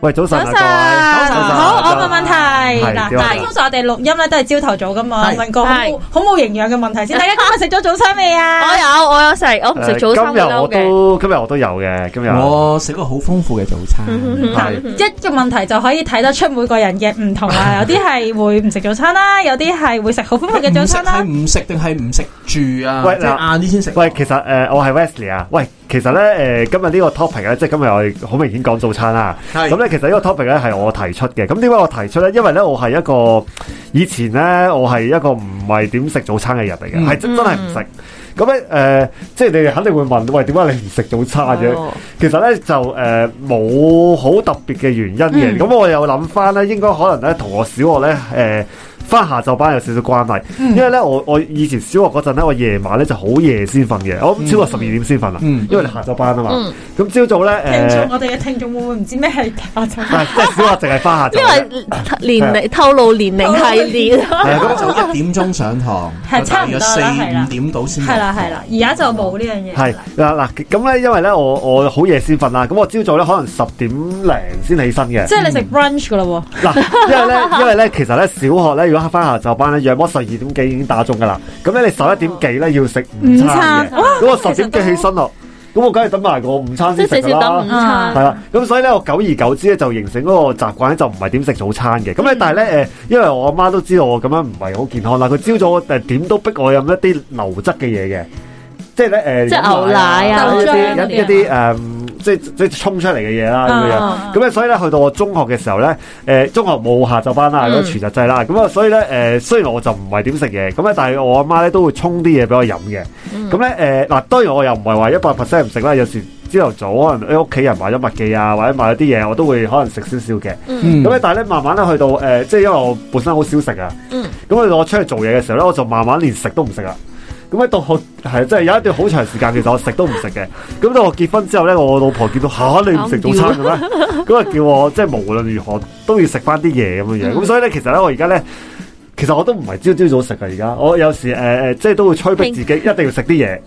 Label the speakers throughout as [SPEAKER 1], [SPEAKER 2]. [SPEAKER 1] 喂，早晨啊，
[SPEAKER 2] 早晨，
[SPEAKER 1] 各位，早晨
[SPEAKER 2] 好，我問問題
[SPEAKER 1] 係
[SPEAKER 2] 嗱，
[SPEAKER 1] 點啊
[SPEAKER 2] 但係通常我哋錄音咧都係朝頭早噶嘛，
[SPEAKER 3] 係
[SPEAKER 2] 問個好冇
[SPEAKER 4] 係
[SPEAKER 2] 好冇營養嘅問題先。大家今日食咗早餐未啊？
[SPEAKER 4] 我有我有食，我唔食早
[SPEAKER 1] 今
[SPEAKER 4] 餐
[SPEAKER 1] 日我
[SPEAKER 4] 會嬲嘅。
[SPEAKER 1] 都今日我都有嘅，今日嗯
[SPEAKER 3] 我食過好豐富嘅早餐，
[SPEAKER 4] 嗯
[SPEAKER 1] 係
[SPEAKER 2] 一個問題就可以睇得出每個人嘅唔同啦。有啲係會唔食早餐啦，有啲係會食好豐富嘅早
[SPEAKER 3] 唔食
[SPEAKER 2] 餐啦
[SPEAKER 3] 係。唔食定係唔食住啊？
[SPEAKER 1] 喂
[SPEAKER 3] 即係
[SPEAKER 1] 嗱
[SPEAKER 3] 晏啲先食。
[SPEAKER 1] 喂，其實誒、呃我係 Wesley 啊。喂，其實咧誒、呃今日呢個 topic 咧，即係今日我哋好明顯講早餐啦。
[SPEAKER 3] 係
[SPEAKER 1] 咁咧，其實呢個 topic 咧係我提出嘅。咁點解我提出咧？因為咧，我係一個以前咧，我係一個唔係點食早餐嘅人嚟嘅，
[SPEAKER 3] 嗯
[SPEAKER 1] 係、真真係唔食。咁咧誒，即係你哋肯定會問，喂，點解你唔食早餐嘅？
[SPEAKER 4] 哦
[SPEAKER 1] 其實咧就誒冇好特別嘅原因嘅，咁、我又諗翻咧，應該可能咧同我小學咧誒翻下晝班有少少關係，因為咧我我以前小學嗰陣咧，我夜晚咧就好夜先瞓嘅，我諗超過十二點先瞓啦，
[SPEAKER 3] 嗯
[SPEAKER 1] 因為你下晝班啊嘛，咁朝、早咧誒。
[SPEAKER 2] 聽眾，我哋嘅聽眾會唔會唔知咩係下晝？
[SPEAKER 1] 但係即係小學淨係翻下晝
[SPEAKER 4] 呢
[SPEAKER 1] 啫，
[SPEAKER 4] 個係年
[SPEAKER 1] 啊
[SPEAKER 4] 齡透露年齡系列，
[SPEAKER 1] 係啊咁
[SPEAKER 3] 咁就一點鐘 上堂，
[SPEAKER 2] 係差唔
[SPEAKER 3] 約
[SPEAKER 2] 多
[SPEAKER 3] 四
[SPEAKER 2] 啦係啦
[SPEAKER 3] 五點到先落
[SPEAKER 2] 係
[SPEAKER 3] 堂。
[SPEAKER 2] 啦係啦，而家就冇呢樣嘢。
[SPEAKER 1] 係嗱嗱咁咧，因為咧我我好夜先瞓啦，咁我朝早咧可能十點零先起身嘅
[SPEAKER 2] 即。係你食 brunch 噶啦喎。
[SPEAKER 1] 嗱，因為咧， 因為咧，其實咧，小學咧，如果翻下晝班咧，約摸十二點幾已經打鐘噶啦。咁咧，你十一點幾咧要食午餐嘅。
[SPEAKER 2] 午餐哇
[SPEAKER 1] 咁我十點幾起身咯，咁我梗係等埋個午餐先
[SPEAKER 4] 即係
[SPEAKER 1] 食
[SPEAKER 4] 食
[SPEAKER 1] 噶
[SPEAKER 4] 少等午
[SPEAKER 1] 啦。
[SPEAKER 2] 啊
[SPEAKER 4] 餐
[SPEAKER 1] 係。啦，咁所以咧，我久而久之咧就形成嗰個習慣咧，就唔係點食早餐嘅。咁
[SPEAKER 4] 嗯
[SPEAKER 1] 咧，但係咧，誒，因為我阿媽都知道我咁樣唔係好健康啦，佢朝早誒點都逼我飲一啲流質嘅嘢嘅，即係咧誒，
[SPEAKER 4] 即係牛奶啊
[SPEAKER 1] 一
[SPEAKER 2] 豆漿
[SPEAKER 1] 啲一一啲誒，即係即係沖出嚟嘅嘢啦咁樣。
[SPEAKER 2] 啊
[SPEAKER 1] 咁咧，所以咧，去到我中學嘅時候咧，誒、中學冇下晝班啦，咁、
[SPEAKER 4] 嗯
[SPEAKER 1] 全日制啦，咁啊，所以咧，誒、雖然我就唔係點食嘢，咁咧，啊但係我阿媽咧都會沖啲嘢俾我飲嘅。
[SPEAKER 2] 嗯
[SPEAKER 1] 咁咧、誒嗱、當然我又唔係話一百 percent 唔食啦，有時朝頭早可能喺屋企人買咗麥記啊，或者買咗啲嘢，我都會可能食少少嘅。
[SPEAKER 3] 嗯，
[SPEAKER 1] 咁咧，啊但係咧，慢慢咧去到誒、呃即係因為我本身好少食啊，
[SPEAKER 4] 嗯
[SPEAKER 1] 咁去到我出去做嘢嘅時候咧，我就慢慢連食都唔食啦。咁咧到我係即係有一段好長時間，其實我食都唔食嘅。咁到我結婚之後咧，我老婆見到吓、你唔食早餐嘅咩？咁啊叫我即係無論如何都要食翻啲嘢咁樣樣。咁、所以咧，其實咧我而家咧。其實我都唔係朝朝早食啊，而家我有時誒誒、即係都會催逼自己一定要食啲嘢，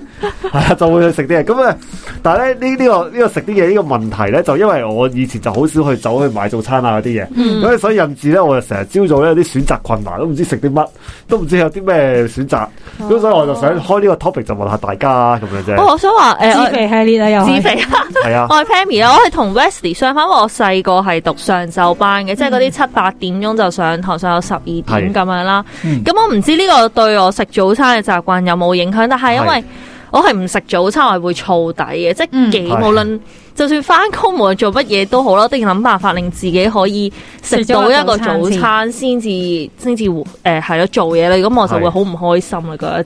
[SPEAKER 1] 係啊，就會去食啲嘢。咁啊，但係咧呢呢、個呢、個食啲嘢呢個問題咧，就因為我以前就好少去走去買早餐啊嗰啲嘢，咁、所以引致咧我就成日朝早咧有啲選擇困難，都唔知食啲乜，都唔知有啲咩選擇。咁、所以我就想開呢個 topic 就問下大家咁樣
[SPEAKER 4] 哦
[SPEAKER 1] 啫，
[SPEAKER 4] 我想話誒，
[SPEAKER 2] 自
[SPEAKER 4] 我
[SPEAKER 2] 肥系列啊又係
[SPEAKER 4] 自肥啊！
[SPEAKER 1] 係啊
[SPEAKER 4] 我。係 Pammy 啦，我係同 Wesley 相反，因為我細個係讀上晝班嘅，即係嗰啲七八點鐘就上堂，上到十二點
[SPEAKER 1] 係
[SPEAKER 4] 咁樣啦。
[SPEAKER 3] 嗯
[SPEAKER 4] 咁我唔知呢個對我食早餐嘅習慣有冇影響，但係因為我係唔食早餐，我係會燥底嘅，即係幾
[SPEAKER 1] 係
[SPEAKER 4] 無論就算翻工無論做乜嘢都好啦，都要諗辦法令自己可以食到一個早
[SPEAKER 2] 食咗個早
[SPEAKER 4] 餐先至先至誒係咯做嘢啦。咁我就會
[SPEAKER 1] 係
[SPEAKER 4] 好唔開心啦嗰一
[SPEAKER 1] 係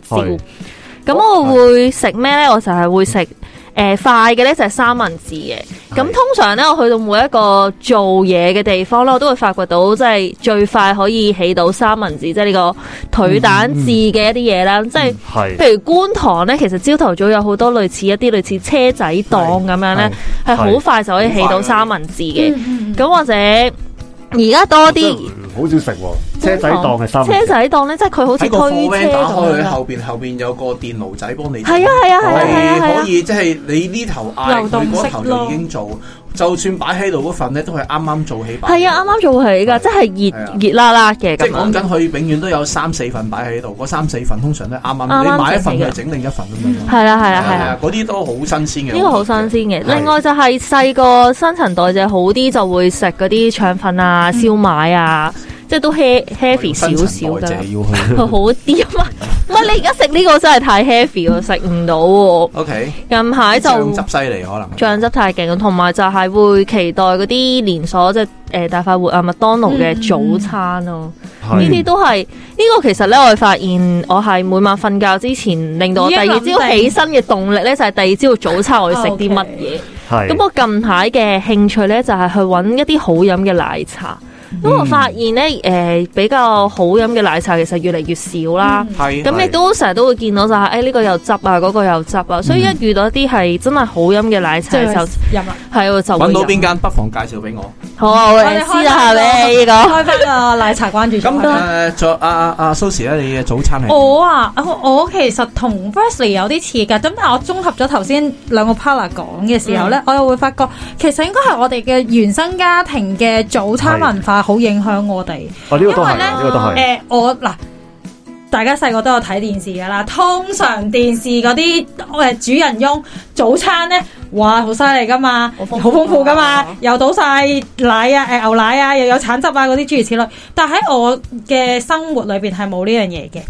[SPEAKER 4] 朝。咁我會食咩咧？我就係會食誒、呃快嘅咧，就係三文治嘅。咁
[SPEAKER 1] 係
[SPEAKER 4] 通常咧，我去到每一個做嘢嘅地方咧，我都會發覺到即係最快可以起到三文治，即係呢個腿
[SPEAKER 1] 嗯
[SPEAKER 4] 蛋治嘅一啲嘢啦。即係
[SPEAKER 1] 係
[SPEAKER 4] 譬如觀塘咧，其實朝頭早有好多類似一啲類似車仔檔咁樣咧，係好
[SPEAKER 1] 係啊
[SPEAKER 4] 快就可以起
[SPEAKER 3] 好快
[SPEAKER 4] 到
[SPEAKER 3] 啦
[SPEAKER 4] 三文治嘅。咁或者而家多啲
[SPEAKER 1] 好少食喎，車仔檔嘅三文
[SPEAKER 4] 車
[SPEAKER 1] 治
[SPEAKER 4] 仔檔咧，即係佢好似
[SPEAKER 3] 喺
[SPEAKER 4] 推車
[SPEAKER 3] 個 f 打開
[SPEAKER 4] 咁
[SPEAKER 3] 佢
[SPEAKER 4] 樣。
[SPEAKER 3] 後邊，後邊有個電爐仔幫你。
[SPEAKER 4] 係啊係啊係啊係啊係
[SPEAKER 3] 係
[SPEAKER 4] 啊
[SPEAKER 3] 可！以即係你呢頭嗌，
[SPEAKER 2] 流動
[SPEAKER 3] 佢嗰
[SPEAKER 2] 式
[SPEAKER 3] 頭
[SPEAKER 2] 咯
[SPEAKER 3] 就已經做，就算擺喺度嗰份咧，都係啱啱做起擺。
[SPEAKER 4] 系啊，啱啱做起噶，即系
[SPEAKER 3] 係啊
[SPEAKER 4] 熱熱辣辣嘅
[SPEAKER 3] 即
[SPEAKER 4] 咁
[SPEAKER 3] 係講
[SPEAKER 4] 樣。
[SPEAKER 3] 緊佢永遠都有三四份擺喺度，嗰三四份通常都係啱
[SPEAKER 4] 啱
[SPEAKER 3] 啱
[SPEAKER 4] 啱
[SPEAKER 3] 你買一
[SPEAKER 4] 整
[SPEAKER 3] 份
[SPEAKER 4] 起嘅
[SPEAKER 3] 佢整另一份咁樣咯。
[SPEAKER 4] 係啦係
[SPEAKER 3] 係啊
[SPEAKER 4] 啦係啦，
[SPEAKER 3] 嗰啲都好新鮮嘅。
[SPEAKER 4] 呢個好新鮮嘅。另外就係細個新陳代謝好啲，就會食嗰啲腸粉啊、
[SPEAKER 3] 嗯
[SPEAKER 4] 燒賣啊，即係都 he- heavy 少少
[SPEAKER 3] 新陳代謝
[SPEAKER 4] 㗎。
[SPEAKER 3] 要去。
[SPEAKER 4] 佢好啲啊嘛，唔係你而家食呢個真係太 heavy 喎，食唔到喎。
[SPEAKER 3] O K，
[SPEAKER 4] 近排就
[SPEAKER 3] 醬汁犀利可能。
[SPEAKER 4] 醬汁太勁，同埋就係會期待嗰啲連鎖即係誒大快活啊、麥當勞
[SPEAKER 3] 嗯
[SPEAKER 4] 嘅早餐咯。呢啲都係呢個其實咧，我係發現我係每晚瞓覺之前，令到我第二
[SPEAKER 2] 已經諗定
[SPEAKER 4] 朝起身嘅動力咧，就係第二朝早餐我要食啲乜嘢。
[SPEAKER 1] 係
[SPEAKER 4] 咁我近排嘅興趣咧，就係去揾一啲好飲嘅奶茶。因為我發現咧，誒比較好飲嘅奶茶其實越嚟越少啦。
[SPEAKER 3] 嗯係
[SPEAKER 4] 咁你都成日都會見到就係誒呢個又汁啊，嗰個又汁啊，所以一遇到一啲係真係好飲嘅奶茶
[SPEAKER 2] 即係
[SPEAKER 4] 就
[SPEAKER 2] 飲啦。
[SPEAKER 4] 係我就會
[SPEAKER 3] 揾到
[SPEAKER 2] 啊
[SPEAKER 4] 飲
[SPEAKER 3] 邊間，不妨介紹俾我。
[SPEAKER 4] 好啊，我
[SPEAKER 2] 我
[SPEAKER 4] 哋私底下咧呢個。
[SPEAKER 2] 開翻個奶茶關注
[SPEAKER 3] 咁
[SPEAKER 2] 組。
[SPEAKER 3] 誒，啊再阿阿阿 Susie 咧，你嘅早餐係
[SPEAKER 2] 我啊，我我其實同 Wesley 有啲似㗎，咁但係我綜合咗頭先兩個 partner 講嘅時候咧，我又會發覺其實應該係我哋嘅原生家庭嘅早餐文化好影響我哋。
[SPEAKER 1] 哦，呢個都係，
[SPEAKER 2] 因為咧
[SPEAKER 1] 呢個都
[SPEAKER 2] 誒、
[SPEAKER 1] 係，
[SPEAKER 2] 我嗱。大家細個都有睇電視㗎啦，通常電視嗰啲誒主人翁早餐咧，哇好犀利㗎嘛，
[SPEAKER 4] 好豐富
[SPEAKER 2] 好豐富㗎嘛
[SPEAKER 4] 啊，
[SPEAKER 2] 又倒晒奶啊、誒牛奶啊，又有橙汁啊嗰啲諸如此類。但喺我嘅生活裏邊係冇呢樣嘢嘅。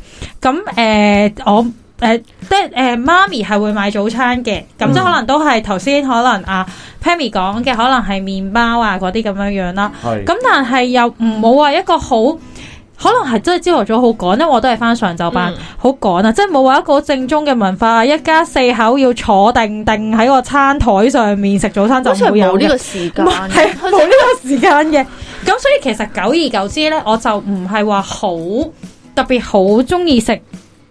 [SPEAKER 2] 咁誒、我。誒，即係誒，媽咪係會買早餐嘅，咁
[SPEAKER 4] 嗯
[SPEAKER 2] 即係可能都係頭先可能啊 Pammy 講嘅，可能係麵包啊嗰啲咁樣樣啦。
[SPEAKER 1] 係
[SPEAKER 2] 咁但係又唔冇話一個好，可能係真係朝頭早好趕，因為我都係翻上晝班
[SPEAKER 4] 嗯，
[SPEAKER 2] 好趕啊！即係冇話一個正宗嘅文化，一家四口要坐定定喺個餐台上面食早餐就
[SPEAKER 4] 好似係
[SPEAKER 2] 冇有
[SPEAKER 4] 冇呢
[SPEAKER 2] 嘅
[SPEAKER 4] 個時間
[SPEAKER 2] 唔係
[SPEAKER 4] 嘅，
[SPEAKER 2] 冇呢個時間嘅。咁所以其實久而久之咧，我就唔係話好特別好中意食。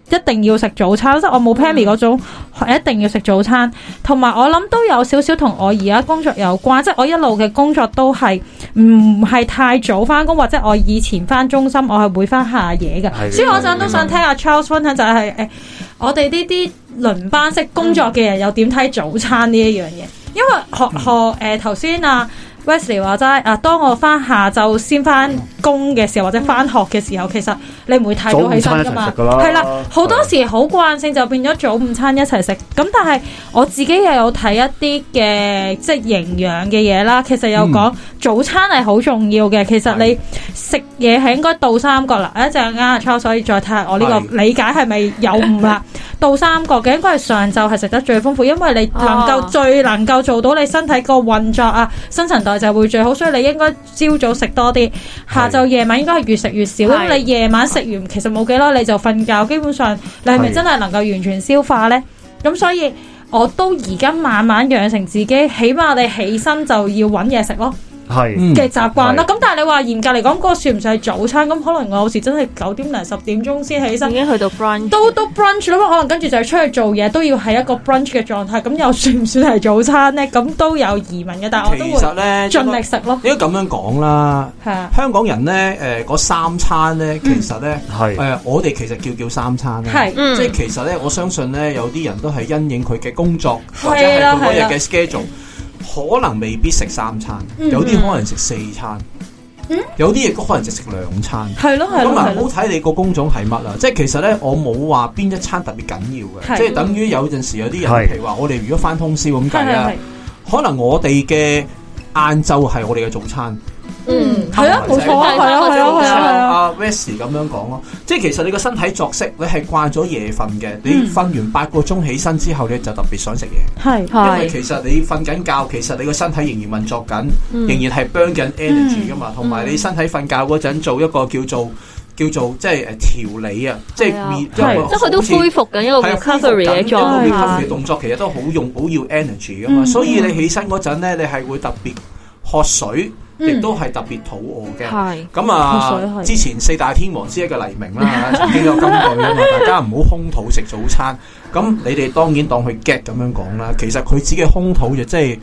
[SPEAKER 2] 一定要食早餐，即係我
[SPEAKER 4] 嗯
[SPEAKER 2] 冇 Pammy 嗰種一定要食早餐，同埋我諗都有少少同我而家工作有關，即係我一路嘅工作都係唔係太早翻工，或者我以前翻中心我係會翻下夜
[SPEAKER 1] 係
[SPEAKER 2] 嘅，所以我陣都
[SPEAKER 4] 嗯
[SPEAKER 2] 想聽下 Charles 分享就係、誒、我哋呢啲輪班式工作嘅人又點睇早餐呢一樣嘢？因為學
[SPEAKER 1] 嗯
[SPEAKER 2] 學誒頭先啊 Wesley 話齋啊，當我翻下晝先翻工嘅時候，或者翻學嘅時候，其實你唔會太早起身
[SPEAKER 1] 早午
[SPEAKER 2] 噶
[SPEAKER 1] 餐一齊
[SPEAKER 2] 嘛
[SPEAKER 1] 食，㗎啦
[SPEAKER 2] 係啦，好多時好慣性就變咗早午餐一齊食。咁但係我自己又有睇一啲嘅即係營養嘅嘢啦，其實有
[SPEAKER 1] 嗯
[SPEAKER 2] 講、早餐係好重要嘅，其實你食嘢係應該倒三角啦，一陣間阿 Charles 所以再睇下我呢個
[SPEAKER 3] 係
[SPEAKER 2] 理解係咪有誤啦。倒三角嘅應該係上晝係食得最豐富，因為你能夠
[SPEAKER 4] 哦
[SPEAKER 2] 最能夠做到你身體個運作啊，新陳代謝會最好，所以你應該朝早食多啲，下晝夜晚應該係越食越少。
[SPEAKER 4] 係
[SPEAKER 2] 咁你夜晚食完其實冇幾耐你就瞓覺，基本上你係咪
[SPEAKER 1] 係
[SPEAKER 2] 真係能夠完全消化呢？咁所以我都而家慢慢養成自己，起碼你起身就要揾嘢食咯
[SPEAKER 1] 係
[SPEAKER 3] 嗯
[SPEAKER 2] 嘅習慣啦。
[SPEAKER 1] 係
[SPEAKER 2] 咁但係你話嚴格嚟講，嗰、個算唔算係早餐？咁可能我有時真係九點零十點鐘先起身
[SPEAKER 4] 已。經去到 brunch，
[SPEAKER 2] 都都 brunch 啦，可能跟住就係出去做嘢，都要係一個 brunch 嘅狀態，咁又算唔算係早餐呢？咁都有疑問嘅，但係我都
[SPEAKER 3] 其實
[SPEAKER 2] 會
[SPEAKER 3] 咧，
[SPEAKER 2] 盡力食咯，
[SPEAKER 3] 應該咁樣講啦。
[SPEAKER 2] 係啊，
[SPEAKER 3] 香港人咧，誒嗰三餐咧，其實咧，
[SPEAKER 1] 係
[SPEAKER 3] 誒我哋其實叫叫三餐啦。
[SPEAKER 2] 嗯係
[SPEAKER 4] 嗯
[SPEAKER 3] 即係其實咧，我相信咧，有啲人都係因應佢嘅工作
[SPEAKER 2] 係
[SPEAKER 3] 或者係
[SPEAKER 2] 啦
[SPEAKER 3] 佢嗰
[SPEAKER 2] 係啦
[SPEAKER 3] 日嘅 schedule，可能未必食三餐，
[SPEAKER 2] 嗯
[SPEAKER 3] 有啲可能食四餐，有啲亦都可能就食兩餐。
[SPEAKER 2] 係咯係
[SPEAKER 3] 咁
[SPEAKER 2] 咯
[SPEAKER 3] 啊，
[SPEAKER 2] 係
[SPEAKER 3] 好
[SPEAKER 2] 咯，
[SPEAKER 3] 睇你個工種係乜啊！即係其實咧，我冇話邊一餐特別緊要嘅，
[SPEAKER 2] 係
[SPEAKER 3] 即係等於有陣時有啲人，
[SPEAKER 1] 係
[SPEAKER 3] 譬如話我哋如果翻通宵咁計
[SPEAKER 2] 係係
[SPEAKER 3] 啦
[SPEAKER 2] 係，，
[SPEAKER 3] 可能我哋嘅晏晝係我哋嘅早餐。
[SPEAKER 2] 嗯，係啊，冇錯啊，係啊係啊係
[SPEAKER 3] 像
[SPEAKER 2] 啊係啊，
[SPEAKER 3] 阿 Wes 咁樣講咯，即係其實你個身體作息你係慣咗夜瞓嘅，你
[SPEAKER 2] 嗯
[SPEAKER 3] 瞓完八個鐘起身之後你就特別想食嘢，
[SPEAKER 2] 係
[SPEAKER 3] 因為
[SPEAKER 4] 係
[SPEAKER 3] 其實你瞓緊覺，其實你個身體仍然運作緊，
[SPEAKER 4] 嗯
[SPEAKER 3] 仍然係 burn 緊 energy 噶嘛，同埋你身體瞓覺嗰陣做一個叫做叫做即係誒調理啊，即係
[SPEAKER 4] 係啊
[SPEAKER 3] 面
[SPEAKER 1] 係
[SPEAKER 3] 因為
[SPEAKER 4] 即係佢都
[SPEAKER 3] 好似
[SPEAKER 4] 恢復緊一個
[SPEAKER 3] 係啊
[SPEAKER 4] recovery 嘅狀
[SPEAKER 2] 恢復緊一個
[SPEAKER 4] 態
[SPEAKER 3] recovery 嘅。動作其實都好用好要 energy 噶嘛，
[SPEAKER 2] 嗯
[SPEAKER 3] 所以你起身嗰陣咧，你係會特別喝水，亦
[SPEAKER 2] 嗯
[SPEAKER 3] 都係特別肚餓嘅。
[SPEAKER 4] 係
[SPEAKER 3] 咁
[SPEAKER 2] 喝水
[SPEAKER 3] 啊，
[SPEAKER 2] 係
[SPEAKER 3] 之前四大天王之一嘅黎明啦， 曾經有金句啊嘛，大家唔好空肚食早餐。咁你哋當然當佢 get 咁樣講啦，其實佢自己嘅空肚就即係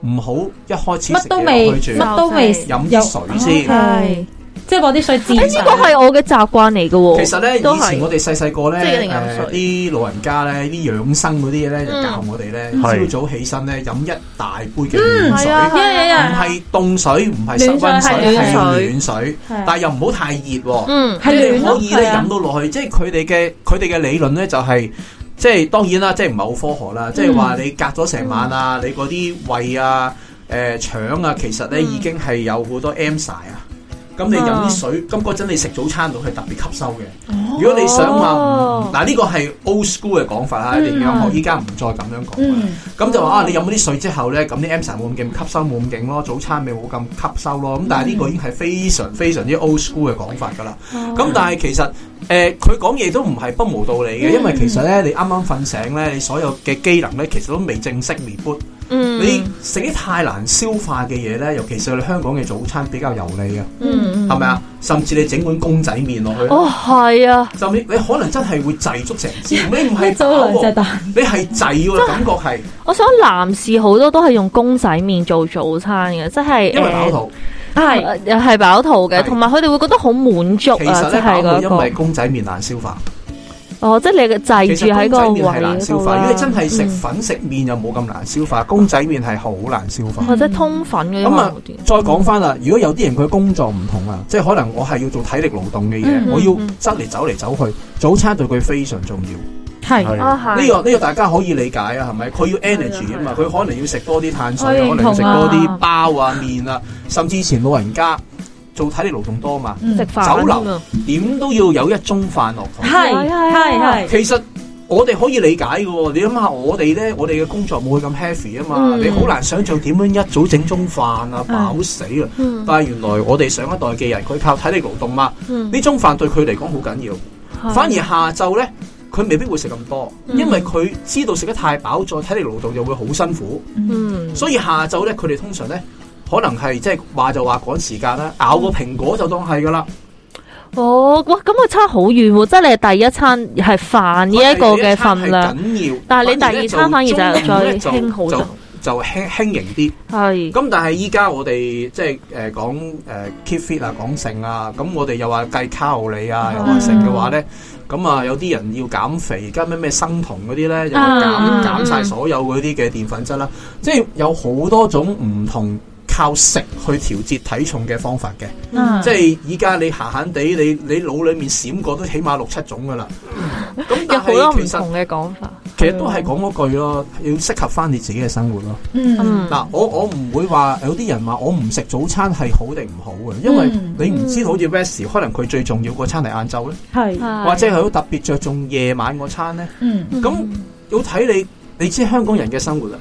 [SPEAKER 3] 唔好一開始食
[SPEAKER 2] 乜都
[SPEAKER 3] 嘢
[SPEAKER 2] 未
[SPEAKER 3] 落去住，
[SPEAKER 2] 乜都未
[SPEAKER 3] 飲啲水先。哎
[SPEAKER 2] 係，即係攞啲水
[SPEAKER 4] 誒
[SPEAKER 2] 自
[SPEAKER 4] 呢個係我嘅習慣嚟嘅喎。
[SPEAKER 3] 其實咧，以
[SPEAKER 4] 都係
[SPEAKER 3] 前我哋細細個
[SPEAKER 4] 即係一
[SPEAKER 3] 咧，
[SPEAKER 4] 定飲
[SPEAKER 3] 誒
[SPEAKER 4] 水
[SPEAKER 3] 啲老人家咧，啲養生嗰啲嘢咧，就
[SPEAKER 4] 嗯
[SPEAKER 3] 教我哋咧，
[SPEAKER 1] 係
[SPEAKER 3] 朝早起身咧飲一大杯嘅暖水
[SPEAKER 4] 係，啊，
[SPEAKER 2] 因為
[SPEAKER 3] 唔係凍水，唔係室温
[SPEAKER 2] 暖水
[SPEAKER 3] 水，係
[SPEAKER 4] 係暖水
[SPEAKER 3] 暖水，
[SPEAKER 2] 係啊
[SPEAKER 3] 但係又唔好太熱喎。
[SPEAKER 4] 嗯
[SPEAKER 2] 係
[SPEAKER 3] 你
[SPEAKER 2] 亂咯
[SPEAKER 3] 可以咧
[SPEAKER 2] 係啊
[SPEAKER 3] 飲到落去，即係佢哋嘅佢哋嘅理論咧就係、即係當然啦，即係唔係好科學
[SPEAKER 2] 嗯
[SPEAKER 3] 啦，即係話你隔咗成晚啊，你嗰啲胃啊、誒、腸啊，其實咧、
[SPEAKER 2] 嗯
[SPEAKER 3] 已經係
[SPEAKER 2] 啊
[SPEAKER 3] 有好多 M 晒啊。咁你飲啲水，咁嗰陣你食早餐到係特別吸收嘅。如果你想話
[SPEAKER 4] 哦
[SPEAKER 3] 嗱呢個係 old school 嘅講法啦，你
[SPEAKER 2] 嗯
[SPEAKER 3] 啱學依家唔再咁樣講啦。
[SPEAKER 2] 嗯，
[SPEAKER 3] 咁就話啊，你飲咗啲水之後咧，咁啲 M 散冇咁勁，吸收冇咁勁咯，早餐咪冇咁吸收咯。咁但係呢個已經係非常非常之 old school 嘅講法㗎啦。咁、但係其實誒，佢講嘢都唔係不無道理嘅，因為其實咧，你啱啱瞓醒咧，你所有嘅機能咧，其實都未正式 reboot。
[SPEAKER 4] 嗯，
[SPEAKER 3] 你食啲太難消化嘅嘢咧，尤其是我哋香港嘅早餐比較油膩啊，
[SPEAKER 4] 嗯
[SPEAKER 3] 係咪啊？甚至你整碗公仔面落去。
[SPEAKER 4] 哦係啊，
[SPEAKER 3] 甚至你可能真係會 滯足成支，你唔
[SPEAKER 2] 一
[SPEAKER 3] 係
[SPEAKER 2] 早
[SPEAKER 3] 飽
[SPEAKER 2] 兩隻
[SPEAKER 3] 喎，
[SPEAKER 2] 蛋，
[SPEAKER 3] 你係滯喎，感覺係，
[SPEAKER 4] 我想男士好多都係用公仔面做早餐嘅，即係
[SPEAKER 3] 因為飽肚。
[SPEAKER 2] 係
[SPEAKER 4] 誒誒係飽肚嘅，
[SPEAKER 3] 係
[SPEAKER 4] 同埋佢哋會覺得好滿足
[SPEAKER 3] 其
[SPEAKER 4] 啊，
[SPEAKER 3] 實
[SPEAKER 4] 即
[SPEAKER 3] 咧
[SPEAKER 4] 係嗰
[SPEAKER 3] 飽肚
[SPEAKER 4] 一
[SPEAKER 3] 因為
[SPEAKER 4] 個
[SPEAKER 3] 公仔面難消化，
[SPEAKER 4] 哦，即係你嘅
[SPEAKER 3] 其
[SPEAKER 4] 滯住喺
[SPEAKER 3] 實公
[SPEAKER 4] 個
[SPEAKER 3] 仔
[SPEAKER 4] 位
[SPEAKER 3] 面係難
[SPEAKER 4] 嗰
[SPEAKER 3] 消
[SPEAKER 4] 度啊嗯
[SPEAKER 3] 化。如
[SPEAKER 4] 啦
[SPEAKER 3] 果你真係食粉食面又冇咁難消化，公仔面係好難消化
[SPEAKER 4] 嗯。或者通粉嗰啲
[SPEAKER 3] 咁
[SPEAKER 4] 可
[SPEAKER 3] 啊
[SPEAKER 4] 能好啲，
[SPEAKER 3] 再講翻啦，如果有啲人佢工作唔同啊，即係可能我係要做體力勞動嘅
[SPEAKER 2] 嗯
[SPEAKER 3] 嘢，
[SPEAKER 2] 嗯
[SPEAKER 3] 我要
[SPEAKER 4] 嗯
[SPEAKER 3] 執嚟走嚟走去，早餐對佢非常重要。
[SPEAKER 2] 係
[SPEAKER 4] 啊係
[SPEAKER 3] 呢個呢個大家可以理解啊，係咪？佢要 energy 啊嘛，佢可能要食多啲碳水，
[SPEAKER 2] 我認
[SPEAKER 3] 可能要食
[SPEAKER 2] 同啊
[SPEAKER 3] 多啲包啊、麵啊，甚至以前老人家做體力勞動多嘛，
[SPEAKER 4] 食
[SPEAKER 2] 嗯
[SPEAKER 4] 飯
[SPEAKER 3] 酒樓
[SPEAKER 4] 咁啊
[SPEAKER 3] 點都要有一盅飯落 肚。
[SPEAKER 2] 係
[SPEAKER 4] 係啊係啊
[SPEAKER 2] 係係
[SPEAKER 3] 其實我哋可以理解嘅喎，你諗下我哋咧，我哋嘅工作冇佢咁 heavy 啊嘛，
[SPEAKER 4] 嗯
[SPEAKER 3] 你好難想象點樣一早整盅飯啊，飽死啊！
[SPEAKER 4] 嗯
[SPEAKER 3] 但係原來我哋上一代嘅人，佢靠體力勞動嘛，
[SPEAKER 4] 嗯哦
[SPEAKER 3] 呢盅飯對佢嚟講好緊要。反而下晝咧，佢未必會食咁多，
[SPEAKER 4] 嗯
[SPEAKER 3] 因為佢知道食得太飽，再體力勞動就會好辛苦。
[SPEAKER 4] 嗯
[SPEAKER 3] 所以下晝咧，佢哋通常咧，可能係即係話就話趕時間啦，咬個蘋果就當係噶啦。
[SPEAKER 4] 嗯哦，哇！咁我差好遠喎，即係你係第一餐係飯呢一個嘅份量，
[SPEAKER 3] 佢第一餐係緊要，
[SPEAKER 4] 但係你第二餐反而就
[SPEAKER 3] 中午咧
[SPEAKER 4] 再
[SPEAKER 3] 就
[SPEAKER 4] 輕好
[SPEAKER 3] 就
[SPEAKER 4] 就
[SPEAKER 3] 就輕輕盈啲。
[SPEAKER 4] 係
[SPEAKER 3] 咁但係依家我哋即係誒講誒 keep fit 啊，講性啊，咁我哋又話計卡路里啊，
[SPEAKER 4] 嗯
[SPEAKER 3] 又話成嘅話咧，咁啊有啲人要減肥，而家咩咩生酮嗰啲咧，又
[SPEAKER 4] 啊
[SPEAKER 3] 話減
[SPEAKER 2] 嗯
[SPEAKER 3] 減晒所有嗰啲嘅澱粉質啦，即係有好多種唔同靠食去調節體重嘅方法嘅，
[SPEAKER 2] 嗯
[SPEAKER 3] 即係依家你閒閒地，你你腦裡面閃過都起碼六七種噶啦，咁
[SPEAKER 4] 有
[SPEAKER 3] 但
[SPEAKER 4] 好多
[SPEAKER 3] 係
[SPEAKER 4] 唔
[SPEAKER 3] 其實
[SPEAKER 4] 同嘅講法，
[SPEAKER 3] 其實都係講嗰句咯，要適合翻你自己嘅生活咯。
[SPEAKER 2] 嗯
[SPEAKER 4] 嗯
[SPEAKER 3] 嗱，我我唔會話有啲人話我唔食早餐係好定唔好嘅，因為
[SPEAKER 2] 嗯
[SPEAKER 3] 你唔知道好似 West 可能佢最重要嗰餐係晏晝咧，
[SPEAKER 2] 係
[SPEAKER 4] 係
[SPEAKER 3] 或者佢好特別着重夜晚嗰餐咧，
[SPEAKER 2] 嗯
[SPEAKER 3] 咁要睇你你知香港人嘅生活啦。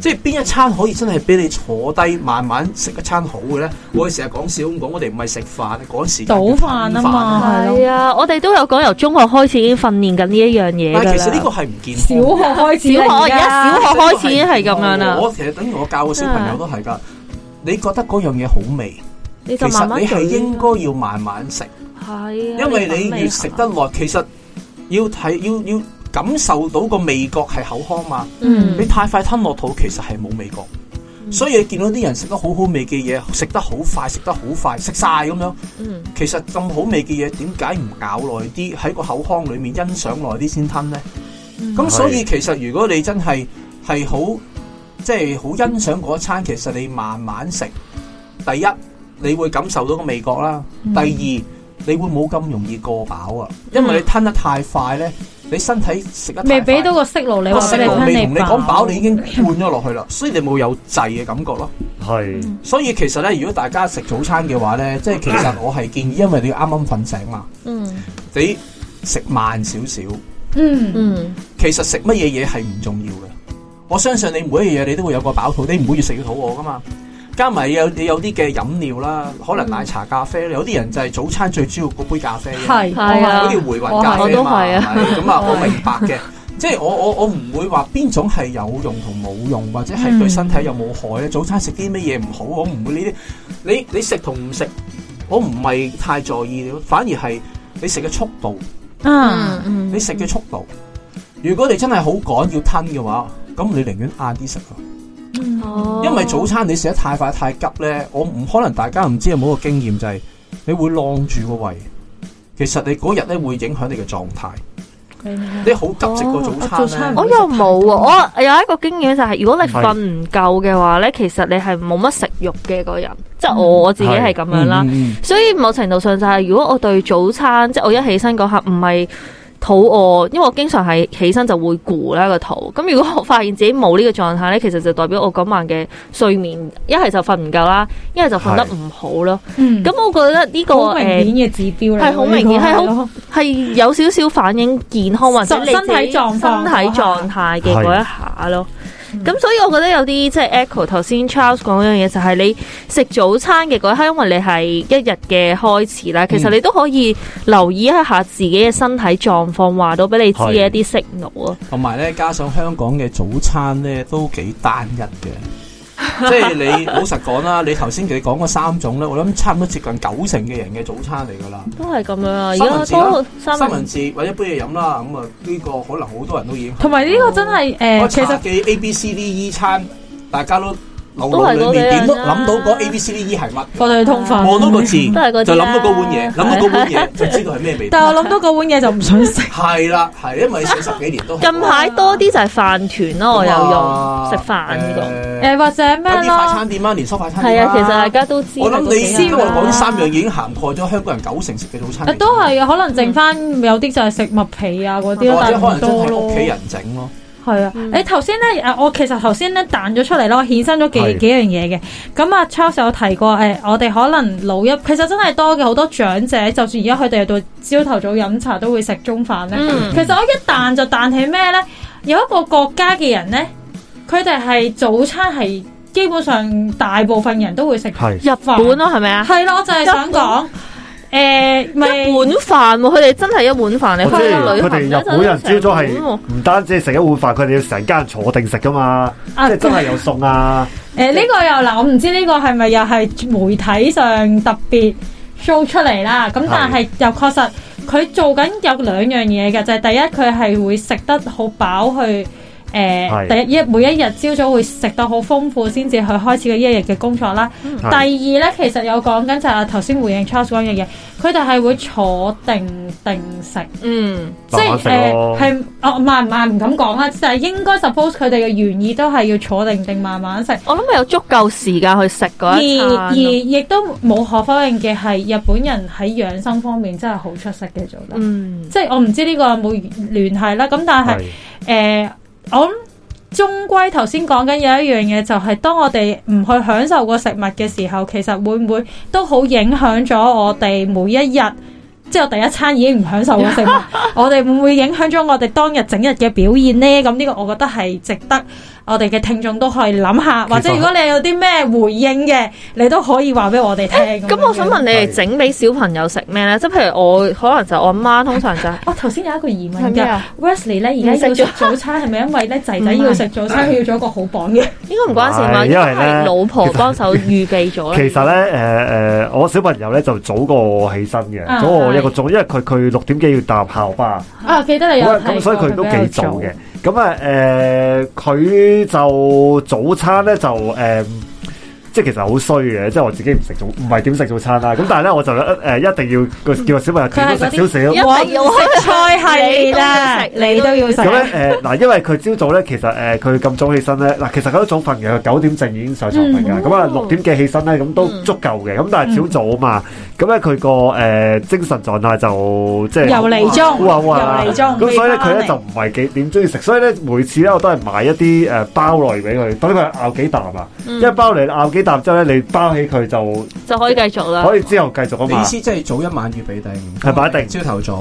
[SPEAKER 3] 即係邊一餐可以真係俾你坐低慢慢食一餐好嘅咧？我哋成日講笑咁講，我哋唔係食飯，趕時間
[SPEAKER 2] 倒
[SPEAKER 3] 嘅
[SPEAKER 2] 飯啊
[SPEAKER 3] 吞飯
[SPEAKER 2] 嘛
[SPEAKER 4] 係啊，我哋都有講由中學開始已經訓練緊呢一樣嘢㗎
[SPEAKER 3] 但係
[SPEAKER 4] 啦。
[SPEAKER 3] 其實呢個係唔健
[SPEAKER 2] 小
[SPEAKER 3] 康嘅。
[SPEAKER 2] 學開始
[SPEAKER 4] 小學
[SPEAKER 2] 嚟㗎，
[SPEAKER 4] 而家小學開始已經係咁樣啦
[SPEAKER 3] 我其實等於我教個小朋友都係㗎。你覺得嗰樣嘢好味，
[SPEAKER 4] 你
[SPEAKER 3] 其
[SPEAKER 4] 就慢
[SPEAKER 3] 實
[SPEAKER 4] 慢
[SPEAKER 3] 你係
[SPEAKER 4] 咀
[SPEAKER 3] 應該要慢慢食。
[SPEAKER 4] 係啊，因
[SPEAKER 3] 因為你越食
[SPEAKER 4] 啊
[SPEAKER 3] 得耐，其實要睇要要感受到個味覺係口腔嘛。
[SPEAKER 4] 嗯
[SPEAKER 3] 你太快吞落肚，其實係冇味覺。所以你見到啲人食得好好味嘅嘢，食得好快，食得好快，食晒咁樣。
[SPEAKER 4] 嗯
[SPEAKER 3] 其實咁好味嘅嘢，點解唔咬耐啲喺個口腔裏面欣賞耐啲先吞呢？咁所以其實如果你真係係好即係好欣賞嗰一餐，其實你慢慢食，第一你會感受到個味覺啦，第二你會冇咁容易過飽啊，因為你吞得太快咧，你身體食得太快
[SPEAKER 2] 未俾到個息路，你
[SPEAKER 3] 個
[SPEAKER 2] 話
[SPEAKER 3] 食
[SPEAKER 2] 俾
[SPEAKER 3] 路
[SPEAKER 2] 你
[SPEAKER 3] 未同
[SPEAKER 2] 聽，
[SPEAKER 3] 你講飽，你已
[SPEAKER 2] 經
[SPEAKER 3] 經灌咗落去啦，所以你冇有滯嘅感覺咯。
[SPEAKER 1] 係
[SPEAKER 3] 所以其實咧，如果大家食早餐嘅話咧，即係其實我係建議，因為你啱啱瞓醒嘛，
[SPEAKER 4] 嗯
[SPEAKER 3] 你食慢少少。
[SPEAKER 2] 嗯
[SPEAKER 4] 嗯
[SPEAKER 3] 其實食乜嘢嘢係唔重要嘅。我相信你每一樣嘢你都會有個飽肚，你唔會越食越肚餓噶嘛。加埋有你有啲嘅飲料啦，可能奶茶、咖啡，有啲人就係早餐最主要嗰杯咖啡嘅。
[SPEAKER 2] 係
[SPEAKER 4] 係啊
[SPEAKER 3] 嗰啲回魂咖啡
[SPEAKER 4] 我都
[SPEAKER 3] 嘛，
[SPEAKER 4] 係
[SPEAKER 3] 係
[SPEAKER 4] 啊
[SPEAKER 3] 咁啊，我明白嘅。即係我我我唔會話邊種係有用同冇用，或者
[SPEAKER 4] 嗯
[SPEAKER 3] 係對身體有冇害咧。早餐食啲乜嘢唔好，我唔會呢啲。你你食同唔食，我唔係太在意，反而係你食嘅速度，
[SPEAKER 2] 嗯
[SPEAKER 4] 嗯
[SPEAKER 3] 你食嘅速度。如果你真係好趕要吞嘅話，咁你寧願晏啲食咯。
[SPEAKER 4] 哦
[SPEAKER 3] 因為早餐你食得太快太急咧，我唔可能大家唔知有冇個經驗就係、你會晾住個胃。其實你嗰日咧會影響你嘅狀態。你好急食個早
[SPEAKER 2] 哦早
[SPEAKER 3] 餐
[SPEAKER 2] 餐
[SPEAKER 3] 咧，
[SPEAKER 4] 我又冇喎，我有一個經驗就係，如果你瞓唔夠嘅話咧，其實你係冇乜食慾嘅個人，即係我我自己係咁樣啦。
[SPEAKER 3] 嗯，嗯嗯
[SPEAKER 4] 所以某程度上就係，如果我對早餐，即係我一起身嗰刻唔係肚餓，因為我經常係起身就會攰啦個肚。咁如果我發現自己冇呢個狀態咧，其實就代表我嗰晚嘅睡眠一係就瞓唔夠啦，一係就瞓得唔好咯。
[SPEAKER 2] 嗯，
[SPEAKER 4] 咁我覺得呢個
[SPEAKER 2] 好明
[SPEAKER 4] 誒
[SPEAKER 2] 顯嘅指標啦，
[SPEAKER 4] 係好明顯係好
[SPEAKER 2] 好
[SPEAKER 4] 係有少少反映健康或者你自己
[SPEAKER 2] 身體狀況
[SPEAKER 4] 身體狀態嘅嗰一下咯。咁所以我覺得有啲即係 echo 頭先 Charles 講嗰樣嘢，就係你食早餐嘅嗰一刻，因為你係一日嘅開始啦，其實你都可以留意一下自己嘅身體狀況，話到俾你知嘅一啲 signal 啊。
[SPEAKER 3] 同埋咧，加上香港嘅早餐咧都幾單一嘅，即係你老實講啦，你頭先你講嗰三種咧，我諗差唔多接近九成嘅人嘅早餐嚟噶啦。
[SPEAKER 4] 都係咁樣啊，而
[SPEAKER 3] 三文治
[SPEAKER 4] 家
[SPEAKER 3] 啦
[SPEAKER 4] 都三
[SPEAKER 3] 三
[SPEAKER 4] 文
[SPEAKER 3] 文治或者杯嘢飲啦，咁啊呢個可能好多人都已經
[SPEAKER 2] 同埋呢個真係誒，
[SPEAKER 3] 我
[SPEAKER 2] 其
[SPEAKER 3] 茶
[SPEAKER 2] 實
[SPEAKER 3] 記 A B C D E 餐，大家都腦
[SPEAKER 4] 都
[SPEAKER 3] 腦
[SPEAKER 4] 係嗰
[SPEAKER 3] 裏面
[SPEAKER 4] 幾樣
[SPEAKER 3] 點都
[SPEAKER 4] 啦
[SPEAKER 3] 諗到嗰 A B C D E 係乜，
[SPEAKER 2] 我就去通粉，
[SPEAKER 3] 望到個字
[SPEAKER 4] 都係嗰啲啦
[SPEAKER 3] 就諗到嗰碗嘢，諗到嗰碗嘢就知道係咩味道。
[SPEAKER 2] 但係我諗到嗰碗嘢就唔 想食。
[SPEAKER 3] 係啦，係因為四十幾年都係
[SPEAKER 4] 近排多啲就係飯團咯，哦我有用
[SPEAKER 3] 啊
[SPEAKER 4] 食飯呢個。
[SPEAKER 2] 誒或者咩
[SPEAKER 3] 有啲快
[SPEAKER 2] 咯，
[SPEAKER 3] 餐店啊，連鎖快餐
[SPEAKER 4] 係
[SPEAKER 3] 店
[SPEAKER 4] 啊，其實大家都知
[SPEAKER 3] 我諗
[SPEAKER 4] 係嗰幾
[SPEAKER 3] 你
[SPEAKER 4] 樣
[SPEAKER 3] 因為我講
[SPEAKER 4] 啦
[SPEAKER 3] 呢三樣已經涵蓋咗香港人九成食嘅早餐嚟
[SPEAKER 2] 誒
[SPEAKER 3] 㗎，
[SPEAKER 2] 都係啊可能剩翻有啲就係食麥皮啊嗰啲咯，
[SPEAKER 3] 或
[SPEAKER 2] 但
[SPEAKER 3] 者可
[SPEAKER 2] 係
[SPEAKER 3] 能真
[SPEAKER 2] 唔多
[SPEAKER 3] 係
[SPEAKER 2] 咯
[SPEAKER 3] 屋。企人整咯，
[SPEAKER 2] 係啊，
[SPEAKER 1] 嗯
[SPEAKER 2] 你頭先咧，誒我其實頭先咧彈咗出嚟咯，我衍生咗幾
[SPEAKER 1] 係
[SPEAKER 2] 幾樣嘢嘅。咁啊，Charles 有提過誒、我哋可能老一，其實真係多嘅好多長者，就算而家佢哋到朝頭早飲茶都會食中飯咧。
[SPEAKER 4] 嗯
[SPEAKER 2] 其實我一彈就彈起咩咧？有一個國家嘅人咧，佢哋係早餐係基本上大部分人都會食。
[SPEAKER 1] 係
[SPEAKER 4] 日本咯，係咪啊？
[SPEAKER 2] 係咯，我就係想講誒，咪、
[SPEAKER 4] 一碗飯喎，佢哋真係一碗飯
[SPEAKER 1] 我
[SPEAKER 4] 你
[SPEAKER 1] 知
[SPEAKER 4] 去旅
[SPEAKER 1] 佢
[SPEAKER 4] 行
[SPEAKER 1] 哋
[SPEAKER 4] 咧
[SPEAKER 1] 日本人朝早
[SPEAKER 4] 就成碗
[SPEAKER 1] 係
[SPEAKER 4] 喎
[SPEAKER 1] 唔單止係食一碗飯，佢哋要成家人坐定食噶嘛，
[SPEAKER 2] 啊
[SPEAKER 1] 即係真係有餸啊，
[SPEAKER 2] 誒呢個又嗱，我唔知呢個係咪又係媒體上特別 show 出嚟啦。咁但係又確實佢做緊有兩樣嘢嘅，就係、第一佢係會食得好飽去。誒、
[SPEAKER 1] 係
[SPEAKER 2] 第一每一日朝早會食到好豐富，先至去開始佢一日嘅工作啦。第
[SPEAKER 1] 嗯
[SPEAKER 2] 二
[SPEAKER 1] 係
[SPEAKER 2] 咧，其實有講緊就係頭先回應 Charles 講嘅嘢，佢哋係會坐定定食。
[SPEAKER 4] 嗯，
[SPEAKER 2] 即
[SPEAKER 1] 慢
[SPEAKER 2] 係
[SPEAKER 1] 慢食咯
[SPEAKER 2] 誒，係哦，慢慢唔敢講啦，啊就係應該 suppose 佢哋嘅原意都係要坐定定慢慢食。
[SPEAKER 4] 我諗有足夠時間去食
[SPEAKER 2] 而
[SPEAKER 4] 嗰一餐咯
[SPEAKER 2] 而亦都冇可否認嘅係，日本人喺養生方面真係好出色嘅做得，
[SPEAKER 4] 嗯，
[SPEAKER 2] 即係我唔知呢個有冇聯繫啦。咁但係
[SPEAKER 1] 係
[SPEAKER 2] 誒、呃我諗終歸頭先講緊有一樣嘢，就係當我哋唔去享受個食物嘅時候，其實會唔會都好影響咗我哋每一日？即係我第一餐已經唔享受個食 物，我哋會唔會影響咗我哋當日整日嘅表現呢？咁呢個我覺得係值得我哋嘅聽眾都可以諗下，或者如果你有啲咩回應嘅，你都可以話俾我哋聽。
[SPEAKER 4] 咁我 想問你哋
[SPEAKER 1] 係
[SPEAKER 4] 整俾小朋友食咩咧？即係譬如我可能就我媽通常就 係
[SPEAKER 2] 我哦頭先有一個疑問
[SPEAKER 4] 係咩
[SPEAKER 2] 㗎
[SPEAKER 4] 啊
[SPEAKER 2] ，Wesley 咧而家要食早餐係咪因為咧仔仔要食早
[SPEAKER 4] 嗯
[SPEAKER 2] 餐，佢要做一個好榜樣？
[SPEAKER 4] 應該唔關事嘛，
[SPEAKER 1] 係
[SPEAKER 4] 應
[SPEAKER 1] 因為
[SPEAKER 4] 該係
[SPEAKER 1] 咧
[SPEAKER 4] 老婆幫手預備咗啦。
[SPEAKER 1] 其實咧，誒、誒、我小朋友咧就早過我起身嘅，
[SPEAKER 2] 啊
[SPEAKER 1] 早過我一個鐘，因為佢佢六點幾要搭校巴，
[SPEAKER 2] 啊，記得你有
[SPEAKER 1] 咁啊
[SPEAKER 2] 提
[SPEAKER 1] 咁所以
[SPEAKER 2] 過
[SPEAKER 1] 佢都
[SPEAKER 2] 比較
[SPEAKER 1] 幾早嘅。咁啊誒，佢、就早餐咧就誒。即係其實好衰嘅，即係我自己唔食早，唔係點食早餐啦。咁但係咧，我就誒、一定要個叫個小朋友
[SPEAKER 2] 佢係
[SPEAKER 1] 點都食少
[SPEAKER 2] 嗰
[SPEAKER 1] 少
[SPEAKER 4] 一。定要
[SPEAKER 2] 食菜系列啦，你
[SPEAKER 4] 你
[SPEAKER 2] 都
[SPEAKER 4] 都
[SPEAKER 2] 要
[SPEAKER 4] 要
[SPEAKER 2] 食
[SPEAKER 4] 食。
[SPEAKER 1] 咁咧誒嗱，因為佢朝早咧，其實誒佢咁早起身咧，嗱其實佢都早瞓嘅，佢九點正已經上床瞓
[SPEAKER 4] 嗯
[SPEAKER 1] 㗎。咁啊六點幾起身咧，咁都
[SPEAKER 2] 嗯
[SPEAKER 1] 足夠嘅。咁但係朝早啊嘛，咁咧佢個誒精神狀態就即係
[SPEAKER 2] 又嚟中，
[SPEAKER 1] 哇
[SPEAKER 2] 又
[SPEAKER 1] 哇啊
[SPEAKER 2] 嚟中，
[SPEAKER 1] 咁所以咧佢咧就
[SPEAKER 2] 未返嚟
[SPEAKER 1] 唔係幾點中意食，所以咧每次咧我都係買一啲誒包類俾佢，等佢咬幾啖啊。
[SPEAKER 2] 嗯
[SPEAKER 1] 因為包嚟咬幾啖之後咧，你包起佢就
[SPEAKER 4] 就可以繼續啦。
[SPEAKER 1] 可以之後繼續啊
[SPEAKER 3] 你
[SPEAKER 1] 嘛
[SPEAKER 3] 意。思即係早一晚預備定，
[SPEAKER 1] 係擺定
[SPEAKER 3] 朝頭早，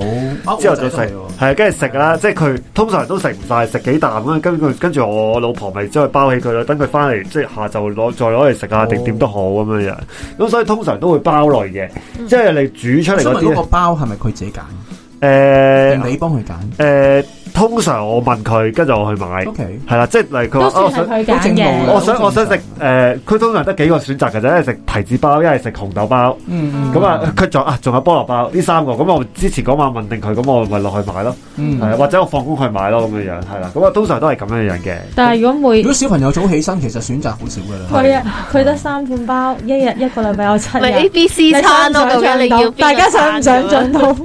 [SPEAKER 3] 啊
[SPEAKER 1] 之後就
[SPEAKER 3] 我仔都係
[SPEAKER 1] 食
[SPEAKER 3] 喎，
[SPEAKER 1] 係跟住食啦，即係佢通常都食唔晒，食幾啖啦，跟住跟住我老婆咪將佢包起佢咯，等佢翻嚟即係下晝攞再攞嚟食啊，
[SPEAKER 3] 哦
[SPEAKER 1] 定點都好咁樣樣。咁所以通常都會包類嘅，即係你煮出
[SPEAKER 3] 我
[SPEAKER 1] 嚟
[SPEAKER 3] 想
[SPEAKER 1] 嗰
[SPEAKER 3] 問嗰個
[SPEAKER 1] 啲
[SPEAKER 3] 包係咪佢自己揀，定
[SPEAKER 1] 誒
[SPEAKER 3] 你幫佢揀
[SPEAKER 1] 誒，通常我問佢，跟住我去買，
[SPEAKER 3] ？OK，
[SPEAKER 1] 係啦，即係例如
[SPEAKER 2] 都
[SPEAKER 1] 佢話啊
[SPEAKER 2] 算
[SPEAKER 1] 我想。
[SPEAKER 2] 係佢揀
[SPEAKER 3] 哦都正路
[SPEAKER 2] 嘅
[SPEAKER 3] 嘅。
[SPEAKER 1] 我想我想食誒，呃佢通常得幾個選擇嘅啫，一係食提子包，一係食紅豆包，
[SPEAKER 3] 嗯
[SPEAKER 1] 咁啊，佢仲啊仲有菠蘿包呢三個，咁我之前嗰晚問定佢，咁我咪落去買咯。
[SPEAKER 3] 嗯
[SPEAKER 1] 係啊，或者我放工去買咯咁樣樣，係啦，咁啊通常都係咁樣樣嘅。
[SPEAKER 2] 但係如果每
[SPEAKER 3] 如果小朋友早起身，其實選擇好少噶啦。
[SPEAKER 2] 佢啊，佢得三款包，一日一個禮拜有七
[SPEAKER 4] 咪
[SPEAKER 2] 日
[SPEAKER 4] A。B C
[SPEAKER 2] 你
[SPEAKER 4] 餐
[SPEAKER 2] 想
[SPEAKER 4] 咯，
[SPEAKER 2] 唔
[SPEAKER 4] 究
[SPEAKER 2] 想
[SPEAKER 4] 竟你要邊
[SPEAKER 2] 像到
[SPEAKER 4] 個
[SPEAKER 2] 大家想唔想
[SPEAKER 4] 餐咁樣
[SPEAKER 2] 像到？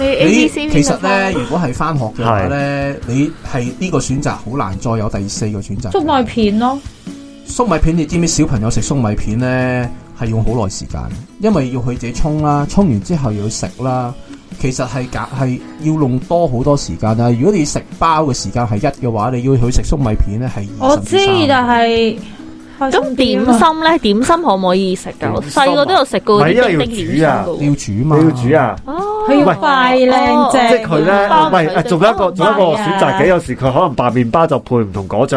[SPEAKER 4] 你 A
[SPEAKER 3] 你
[SPEAKER 4] B C
[SPEAKER 3] 其實咧，如果係翻學嘅話
[SPEAKER 1] 係
[SPEAKER 3] 咧，你係呢個選擇好難再有第四個選擇。
[SPEAKER 2] 粟米片咯，
[SPEAKER 3] 粟米片，你知唔知小朋友食粟米片咧係用好耐時間，因為要佢自己沖啦，沖完之後要食啦，其實係揀係要弄多好多時間啦。如果你食包嘅時間係一嘅話，你要去食粟米片咧係二
[SPEAKER 2] 我
[SPEAKER 3] 十
[SPEAKER 2] 知
[SPEAKER 3] 至30，
[SPEAKER 2] 但係
[SPEAKER 4] 咁點心咧？點心可唔可以食噶？
[SPEAKER 1] 點心啊
[SPEAKER 4] 我細個都有食過
[SPEAKER 1] 唔
[SPEAKER 4] 啲
[SPEAKER 1] 係因為要
[SPEAKER 4] 叮叮點心噶
[SPEAKER 1] 你
[SPEAKER 4] 喎。
[SPEAKER 3] 你要煮嘛，
[SPEAKER 1] 要煮啊！
[SPEAKER 4] 哦
[SPEAKER 2] 佢要快靚正
[SPEAKER 1] 即係佢咧，啊
[SPEAKER 4] 包
[SPEAKER 1] 唔係
[SPEAKER 4] 佢
[SPEAKER 1] 誒，仲有一個
[SPEAKER 4] 食
[SPEAKER 1] 仲有一個
[SPEAKER 2] 包啊
[SPEAKER 1] 選擇嘅，有時佢可能白麵包就配唔同果醬，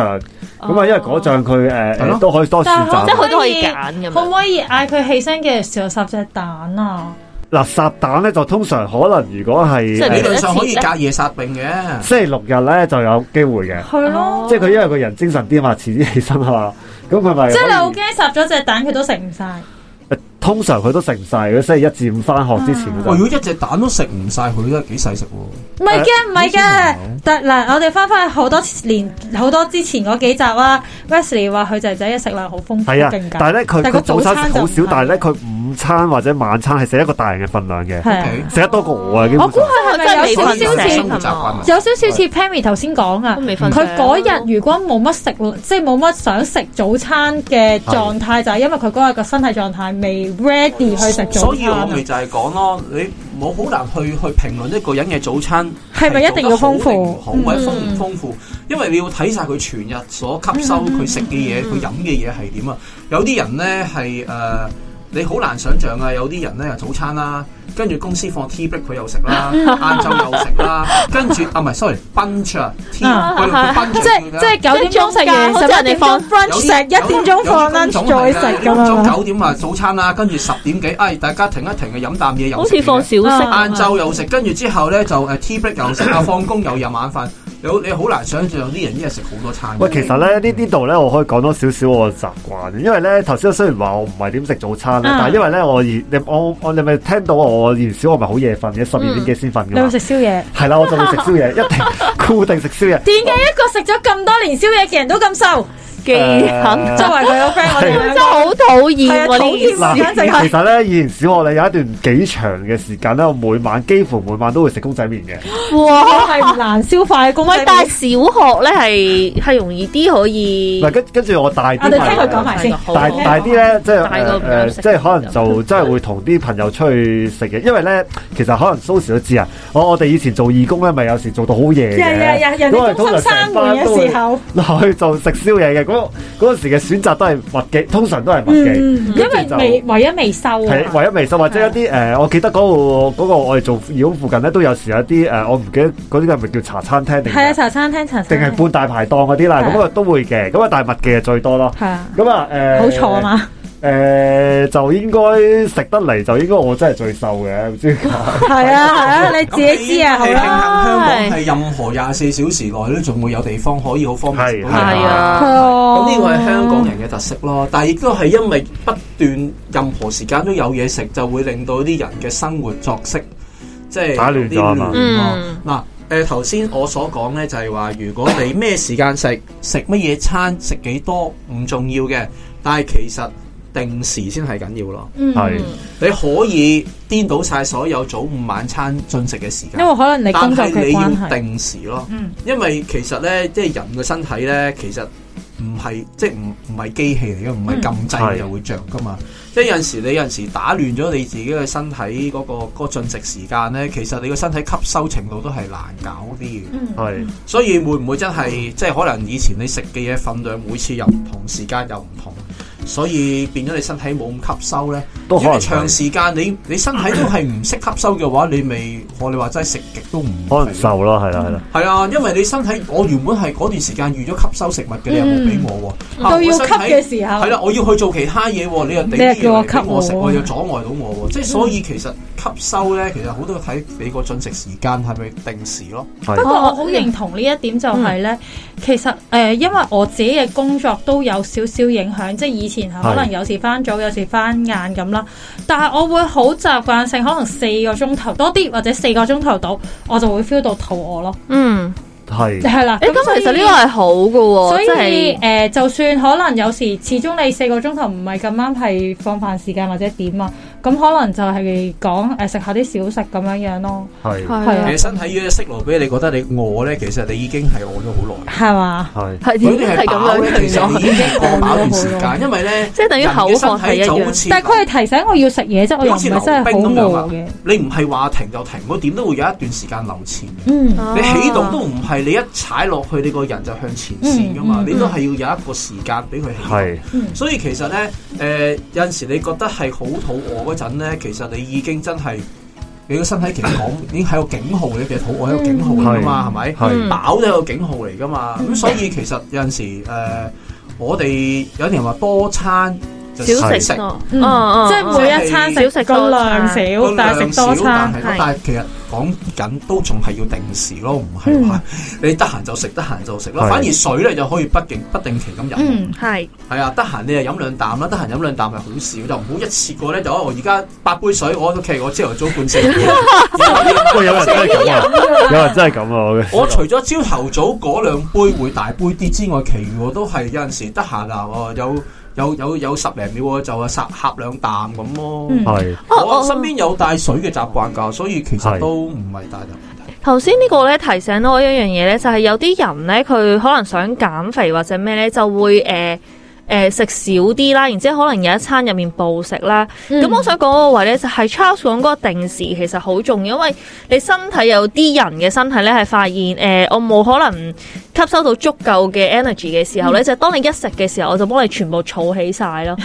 [SPEAKER 1] 咁啊，因為果醬佢誒
[SPEAKER 3] 係咯
[SPEAKER 1] 誒都可以多選
[SPEAKER 2] 但
[SPEAKER 4] 即係
[SPEAKER 1] 擇。
[SPEAKER 4] 佢都可以揀咁
[SPEAKER 2] 可唔
[SPEAKER 4] 樣。
[SPEAKER 2] 可以嗌佢起身嘅時候十隻蛋啊？
[SPEAKER 1] 嗱，烚蛋咧就通常可能如果係
[SPEAKER 4] 即係
[SPEAKER 3] 理
[SPEAKER 4] 你
[SPEAKER 1] 誒
[SPEAKER 3] 論上可以隔夜殺病嘅。
[SPEAKER 1] 星期六日咧就有機會嘅，
[SPEAKER 2] 係咯，
[SPEAKER 4] 哦
[SPEAKER 1] 即係佢因為個人精神啲嘛，遲啲起身啊嘛，咁佢咪
[SPEAKER 2] 即係你好
[SPEAKER 1] 可以
[SPEAKER 2] 驚十咗隻蛋佢都食唔晒。
[SPEAKER 1] 通常佢都食唔晒，佢星期一至五翻學之前嗰
[SPEAKER 3] 哇！如
[SPEAKER 1] 陣
[SPEAKER 3] 果一隻蛋都食唔晒，佢都係幾細食喎。
[SPEAKER 2] 唔係嘅，唔係嘅。但嗱，我哋翻翻去好多年，好多之前嗰幾集啦。Wesley 話佢仔仔嘅食量好豐富，
[SPEAKER 1] 係啊
[SPEAKER 2] 勁，
[SPEAKER 1] 但係
[SPEAKER 2] 㗎。
[SPEAKER 1] 咧佢
[SPEAKER 2] 但係
[SPEAKER 1] 佢
[SPEAKER 2] 個
[SPEAKER 1] 早餐食好
[SPEAKER 2] 早餐就
[SPEAKER 1] 少
[SPEAKER 2] 唔係，
[SPEAKER 1] 但係咧佢午餐或者晚餐係食一個大人嘅份量嘅，
[SPEAKER 2] 係啊
[SPEAKER 3] OK
[SPEAKER 1] 食得多過我啊，基
[SPEAKER 2] 我
[SPEAKER 1] 本
[SPEAKER 2] 估
[SPEAKER 1] 上。
[SPEAKER 2] 佢係咪有少少似
[SPEAKER 3] 生活習慣
[SPEAKER 2] 有少少似 Pammy 頭先講啊
[SPEAKER 4] 都？未瞓醒
[SPEAKER 2] 佢嗰日如果冇乜食，即係冇乜想食早餐嘅狀態，就係因為佢嗰日個身體狀態未 ready 去食早
[SPEAKER 3] 所以
[SPEAKER 2] 餐
[SPEAKER 3] 我
[SPEAKER 2] 啊。
[SPEAKER 3] 咪就係講咯，你冇好難去去評論一個人嘅早餐
[SPEAKER 2] 係咪一定要
[SPEAKER 3] 係
[SPEAKER 2] 豐
[SPEAKER 3] 做得好定唔
[SPEAKER 2] 富？嗯
[SPEAKER 3] 好或者豐唔豐富，因為你要睇晒佢全日所吸
[SPEAKER 2] 嗯
[SPEAKER 3] 收佢食嘅嘢，佢飲嘅嘢係點啊？有啲人咧係誒，你好難想像啊！有啲人咧又早餐啦，跟住公司放 tea break 佢又食 啦，晏晝又食啦，跟住啊唔係，sorry，lunch 啊，tea
[SPEAKER 2] 啊
[SPEAKER 3] 佢佢 lunch
[SPEAKER 2] 即係即係九點鐘食
[SPEAKER 4] 即係中間好
[SPEAKER 2] 嘢，十
[SPEAKER 4] 似人哋
[SPEAKER 2] 一點
[SPEAKER 4] 放
[SPEAKER 2] 鐘 brunch 食，一點鐘放 lunch 再食咁樣
[SPEAKER 3] 早
[SPEAKER 2] 啊。
[SPEAKER 3] 九點啊早餐啦，跟住十點幾，哎大家停一停啊，飲啖嘢又
[SPEAKER 4] 好似
[SPEAKER 3] 食嘢
[SPEAKER 4] 放小食咁啊
[SPEAKER 3] 晏晝又食，跟住之後咧就誒 tea break 又食啊，放工又入晚飯。你你好難想象有啲人一日食好多餐。
[SPEAKER 1] 喂，其實咧呢呢度咧，我可以講多少少我嘅習慣，因為咧頭先雖然話我唔係點食早餐啦，
[SPEAKER 2] 嗯
[SPEAKER 1] 但係因為咧我以你我我你咪聽到我以前小學咪好夜瞓嘅，十二點幾先瞓
[SPEAKER 2] 嗯你
[SPEAKER 1] 噶嘛
[SPEAKER 2] 會，食宵夜？
[SPEAKER 1] 係啦，我就會食宵 夜，一定 固定食宵夜。
[SPEAKER 2] 點解一個食咗咁多年宵夜嘅人都咁瘦？
[SPEAKER 4] 記
[SPEAKER 1] 誒
[SPEAKER 4] 恨，
[SPEAKER 2] 作為佢個 friend，我哋
[SPEAKER 4] 真
[SPEAKER 2] 兩個
[SPEAKER 4] 係好討厭
[SPEAKER 2] 係啊
[SPEAKER 4] 喎呢件
[SPEAKER 2] 討厭啊
[SPEAKER 4] 事。
[SPEAKER 2] 簡直係
[SPEAKER 1] 嗱，其實咧以前小學咧有一段幾長嘅時間咧，我每晚幾乎每晚都會食公仔麵嘅。
[SPEAKER 4] 哇！
[SPEAKER 2] 係唔難消化嘅公仔
[SPEAKER 4] 喂
[SPEAKER 2] 麵。，
[SPEAKER 4] 但係小學咧係係容易啲可以
[SPEAKER 1] 嗱，。跟跟住我大啲
[SPEAKER 2] 我哋
[SPEAKER 3] 啊
[SPEAKER 2] 聽佢
[SPEAKER 1] 咪
[SPEAKER 2] 講埋先
[SPEAKER 4] 好
[SPEAKER 1] 大
[SPEAKER 4] 好
[SPEAKER 1] 大啲咧，即係
[SPEAKER 4] 大個
[SPEAKER 1] 誒
[SPEAKER 4] 唔敢食
[SPEAKER 1] 呃即係可能 就真係會同啲朋友出去食嘅，因為咧其實可能 Sosze 都知啊，我我哋以前做義工咧，咪有時做到好夜
[SPEAKER 2] 日日
[SPEAKER 1] 嘅，
[SPEAKER 2] 日人哋中心閂門嘅時
[SPEAKER 1] 候
[SPEAKER 2] 候，
[SPEAKER 1] 落去就食宵夜嘅，嗰嗰陣時嘅選擇都係麥記，通常都係麥記。
[SPEAKER 2] 嗯，因為未唯一未收
[SPEAKER 1] 係
[SPEAKER 2] 啊。
[SPEAKER 1] 唯一微收或者一啲誒、呃我記得嗰、個嗰個我哋做義工附近咧，都有時有啲誒、呃我唔記得嗰啲係咪叫茶餐廳定
[SPEAKER 2] 係啊，茶餐廳茶餐
[SPEAKER 1] 定係
[SPEAKER 2] 廳
[SPEAKER 1] 半大排檔嗰啲啦，
[SPEAKER 2] 係啊
[SPEAKER 1] 咁啊都會嘅，咁啊大麥記係最多咯。
[SPEAKER 2] 係啊，
[SPEAKER 1] 咁啊，誒、
[SPEAKER 2] 好錯啊嘛。
[SPEAKER 1] 誒、就應該食得嚟，就應該我真係最瘦嘅，唔知點解。
[SPEAKER 2] 係啊係啊，你自
[SPEAKER 3] 咁
[SPEAKER 2] 己知啊，好
[SPEAKER 3] 你慶幸
[SPEAKER 2] 啦。
[SPEAKER 3] 香港係任何廿四小時內都仲會有地方可以好方便食
[SPEAKER 1] 係
[SPEAKER 3] 到嘢。
[SPEAKER 4] 係
[SPEAKER 2] 係
[SPEAKER 4] 啊，
[SPEAKER 2] 啊
[SPEAKER 3] 咁呢個係香港人嘅特色咯，但係亦都係因為不斷任何時間都有嘢食，就會令到啲人嘅生活作息即係
[SPEAKER 1] 打亂咗啊嘛
[SPEAKER 3] 有啲亂咯
[SPEAKER 4] 嗯
[SPEAKER 3] 嗱，誒頭先我所講呢，就係話，如果你咩時間食食乜嘢餐食幾多唔重要嘅，但係其實定時先係緊要咯。
[SPEAKER 2] 嗯
[SPEAKER 1] 係
[SPEAKER 3] 你可以顛倒晒所有早午晚餐進食嘅時間
[SPEAKER 2] 因。為可能你
[SPEAKER 3] 但
[SPEAKER 2] 工作
[SPEAKER 3] 係
[SPEAKER 2] 嘅
[SPEAKER 3] 你
[SPEAKER 2] 關
[SPEAKER 3] 要
[SPEAKER 2] 係，
[SPEAKER 3] 定時咯，
[SPEAKER 2] 嗯
[SPEAKER 3] 因為其實咧，即係人嘅身體咧，其實唔係即係唔唔係機器嚟嘅，唔
[SPEAKER 2] 嗯
[SPEAKER 3] 係撳掣
[SPEAKER 1] 係
[SPEAKER 3] 你就會着噶嘛。即係有陣時你有陣時打亂咗你自己嘅身體嗰、個嗰、個進食時間咧，其實你個身體吸收程度都係難搞啲嘅。
[SPEAKER 2] 嗯
[SPEAKER 1] 係
[SPEAKER 3] 所以會唔會真係即係可能以前你食嘅嘢份量每次又唔同，時間又唔同，所以變咗你身體冇咁吸收呢？
[SPEAKER 1] 都可
[SPEAKER 3] 因
[SPEAKER 1] 能
[SPEAKER 3] 為長時間你你身體都係唔識吸收嘅話，你咪我哋話齋食極都唔
[SPEAKER 1] 可能瘦咯，係啦，係啦。
[SPEAKER 3] 係啊，因為你身體我原本係嗰段時間預咗吸收食物嘅，你又
[SPEAKER 1] 嗯
[SPEAKER 3] 冇俾我喎，啊
[SPEAKER 2] 到要
[SPEAKER 3] 我身
[SPEAKER 2] 吸
[SPEAKER 3] 體
[SPEAKER 2] 嘅時候
[SPEAKER 3] 係，啦，我要去做其他嘢喎，你又俾
[SPEAKER 2] 你又叫
[SPEAKER 3] 啲
[SPEAKER 2] 我
[SPEAKER 3] 嘢嚟俾我食
[SPEAKER 2] 吸
[SPEAKER 3] 喎，
[SPEAKER 2] 我嗯
[SPEAKER 3] 我又阻礙到我喎，即係所以其實吸收呢，其實好多睇你個進食時間係咪定時咯。
[SPEAKER 2] 不過我好
[SPEAKER 4] 哦嗯
[SPEAKER 2] 認同呢一點就係咧，其實誒、呃因為我自己嘅工作都有少少影響，即係以前啊係可能
[SPEAKER 1] 係
[SPEAKER 2] 有時翻早，有時翻晏咁啦。但係我會好習慣性，可能四個鐘頭多啲，或者四個鐘頭到，我就會 feel 到肚餓咯。
[SPEAKER 4] 嗯，
[SPEAKER 1] 係
[SPEAKER 2] 係啦。
[SPEAKER 4] 诶，咁其實呢個係好嘅喎，
[SPEAKER 2] 所
[SPEAKER 4] 即係
[SPEAKER 2] 以誒、呃就算可能有時始終你四個鐘頭唔係咁啱係放飯時間或者點啊，咁可能就係講呃誒食下啲小食咁樣樣咯，
[SPEAKER 1] 係
[SPEAKER 4] 係
[SPEAKER 2] 係
[SPEAKER 4] 啊
[SPEAKER 2] 啊
[SPEAKER 3] 其實身體嘅色羅比你覺得你餓咧，其實你已經係餓咗好耐。
[SPEAKER 2] 係嘛？
[SPEAKER 1] 係
[SPEAKER 4] 係
[SPEAKER 3] 如果
[SPEAKER 4] 點
[SPEAKER 3] 你
[SPEAKER 4] 解
[SPEAKER 3] 係
[SPEAKER 4] 係咁
[SPEAKER 3] 飽
[SPEAKER 4] 樣
[SPEAKER 3] 咧，其實
[SPEAKER 4] 樣
[SPEAKER 3] 你已經餓飽段時間，因為咧
[SPEAKER 4] 即係等於口渴係一
[SPEAKER 3] 人嘅身體就好
[SPEAKER 4] 樣。
[SPEAKER 3] 似
[SPEAKER 2] 但係佢係提醒我要食嘢啫，我又唔係真係
[SPEAKER 3] 啊
[SPEAKER 2] 好餓嘅。
[SPEAKER 3] 你唔係話停就停，我點都會有一段時間留前嘅。
[SPEAKER 2] 嗯，
[SPEAKER 3] 你起動
[SPEAKER 4] 哦
[SPEAKER 3] 都唔係你一踩落去，你個人就向前線噶嘛，
[SPEAKER 2] 嗯嗯
[SPEAKER 3] 你都係要有一個時間俾佢起動。
[SPEAKER 1] 係
[SPEAKER 3] 所以其實咧，誒、有陣時你覺得係好肚餓嗰陣咧，其實你已經真係你個身體其實講已經係個警號你其實肚餓係個警號嚟噶嘛，係咪？
[SPEAKER 1] 係
[SPEAKER 4] 嗯
[SPEAKER 3] 飽都係個警號嚟噶嘛，
[SPEAKER 2] 嗯
[SPEAKER 3] 咁所以其實有陣時誒、我哋有啲人話多餐就
[SPEAKER 4] 小
[SPEAKER 1] 係
[SPEAKER 4] 食
[SPEAKER 3] 食。
[SPEAKER 4] 咯，
[SPEAKER 2] 嗯
[SPEAKER 4] 嗯
[SPEAKER 2] 即係每一餐食個量少，但係食多
[SPEAKER 3] 但
[SPEAKER 2] 餐。
[SPEAKER 3] 係
[SPEAKER 4] 係
[SPEAKER 3] 但係其實講緊都仲係要定時咯，唔係話
[SPEAKER 2] 嗯
[SPEAKER 3] 你得閒就食，得閒就食咯。
[SPEAKER 1] 係
[SPEAKER 3] 反而水咧就可以不定不定期咁飲。
[SPEAKER 2] 嗯，
[SPEAKER 4] 係
[SPEAKER 3] 係啊，得閒你就飲兩啖啦，得閒飲兩啖係好少，就唔好一次過咧就哦我而家八杯水，我 OK，我朝頭早 半四杯。
[SPEAKER 1] 喂，有人真係咁啊！有人真係咁啊！我嘅
[SPEAKER 3] 我除咗朝頭早嗰兩杯會大杯啲之外，其餘我都係有陣時得閒啊，我有有有有十零秒我就啊霎呷兩啖咁咯。
[SPEAKER 2] 嗯
[SPEAKER 1] 係
[SPEAKER 4] 哦
[SPEAKER 3] 我
[SPEAKER 4] 哦
[SPEAKER 3] 身邊有帶水嘅習慣㗎，所以其
[SPEAKER 1] 係
[SPEAKER 3] 實都唔係大有問題。
[SPEAKER 4] 頭先呢個咧提醒到我一樣嘢咧，就係有啲人咧，佢可能想減肥或者咩咧，就會誒誒食少啲啦，然之後可能有一餐入面暴食啦。咁、我想講嗰個位咧，就係、Charles 講嗰個定時其實好重要，因為你身體有啲人嘅身體咧係發現誒、呃我冇可能吸收到足夠嘅 energy 嘅時候咧，就係當你一食嘅時候，我就幫你全部儲起晒咯。